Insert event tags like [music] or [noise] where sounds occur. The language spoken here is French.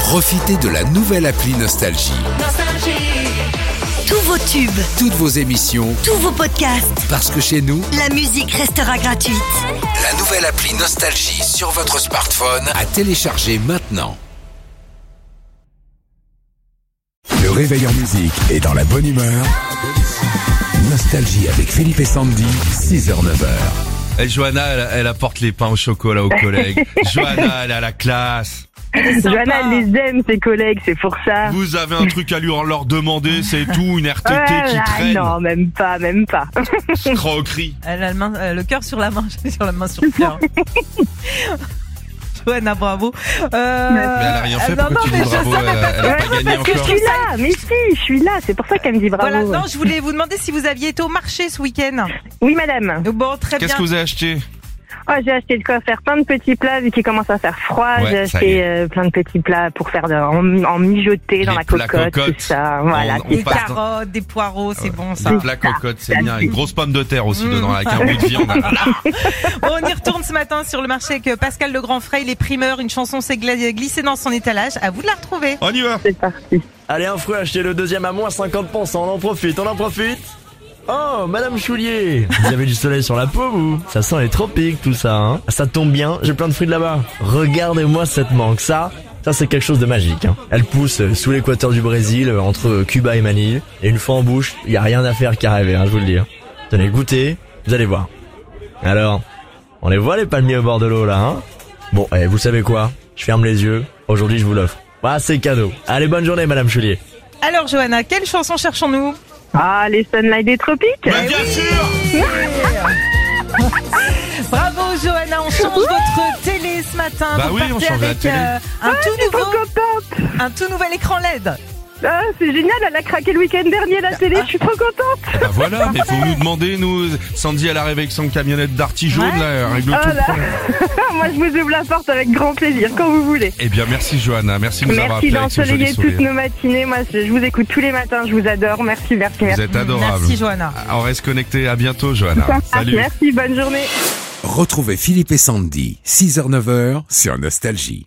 Profitez de la nouvelle appli Nostalgie. Tous vos tubes, Toutes vos émissions, tous vos podcasts, parce que chez nous, la musique restera gratuite. la nouvelle appli Nostalgie sur votre smartphone à télécharger maintenant. Le réveil en musique est dans la bonne humeur. Nostalgie avec Philippe et Sandy, 6h-9h. Et Eh, Johanna, elle, elle apporte les pains au chocolat aux [laughs] collègues. Johanna, elle a la classe. Johanna, elle les aime, ses collègues, c'est pour ça. Vous avez un truc à lui en leur demander, c'est tout, une RTT Ouais, qui ah, traîne. non, même pas, même pas. Croquerie. Elle a le, main- euh, le cœur sur la main, [laughs] sur la main sur le [laughs] cœur. Johanna, bravo. Euh, Mais elle a rien fait, euh, non, pourquoi tu non, dis mais je- bravo Elle, elle a Ouais, pas gagné parce que je encore. suis là, mais si, je suis là, c'est pour ça qu'elle me dit bravo. Voilà, non, je voulais vous demander si vous aviez été au marché ce week-end. Oui, madame. Bon, très bien. Qu'est-ce que vous avez acheté Oh, j'ai acheté de quoi faire plein de petits plats, vu qu'il commence à faire froid. Ouais, j'ai ça y acheté euh, plein de petits plats pour faire de- en, en mijoter dans Les la plats cocotte, cocottes. tout ça. Voilà, on Des c'est passe ça. dans- carottes, des poireaux, c'est bon ça. Des plats cocottes, c'est bien. Une grosse pomme de terre aussi Mm. dedans, avec un Mmh. bout de [laughs] viande. Bon, on y retourne ce matin sur le marché avec euh, Pascal Le Grandfray, les primeurs. Une chanson s'est gla- glissée dans son étalage. À vous de la retrouver. On y va C'est parti. Allez, un fruit, achetez le deuxième à moins 50%, on en profite, on en profite Oh, Madame Choulier Vous avez du soleil sur la peau, vous Ça sent les tropiques, tout ça, hein Ça tombe bien, j'ai plein de fruits de là-bas. Regardez-moi cette mangue, ça ça c'est quelque chose de magique. hein. Elle pousse euh, sous l'équateur du Brésil, euh, entre euh, Cuba et Manille. Et une fois en bouche, il y a rien à faire qu'à rêver, hein, je vous le dis. Tenez, goûtez, vous allez voir. Alors, on les voit les palmiers au bord de l'eau là, hein Bon, et vous savez quoi Je ferme les yeux. Aujourd'hui, je vous l'offre. Ah, c'est cadeau. Allez, bonne journée, Madame Choulier. Alors, Johanna, quelle chanson cherchons-nous Ah, les sunlights des tropiques. Mais bien sûr Bravo Johanna, on change votre télé ce matin. Bah Vous oui, on partez change la avec euh, télé. un, tout Oh, nouveau, contente. un tout nouvel écran E LED. Ah, c'est génial, elle a craqué le week-end dernier la télé, je suis trop contente. Bah voilà, mais faut nous demander, nous. Sandy, elle arrive avec son camionnette d'arty jaune, Ouais. là, elle règle tout Oh le là. problème. Moi, je vous ouvre la porte avec grand plaisir, quand vous voulez. Eh bien, merci Johanna, merci de nous avoir Merci appelés avec ce joli d'ensoleiller toutes sourire. nos matinées. Moi, je je vous écoute tous les matins. Je vous adore. Merci, merci, Vous merci. êtes adorable. Merci Johanna. On reste connecté. À bientôt, Johanna. [laughs] Salut. Merci, bonne journée. Retrouvez Philippe et Sandy, 6h-9h sur Nostalgie.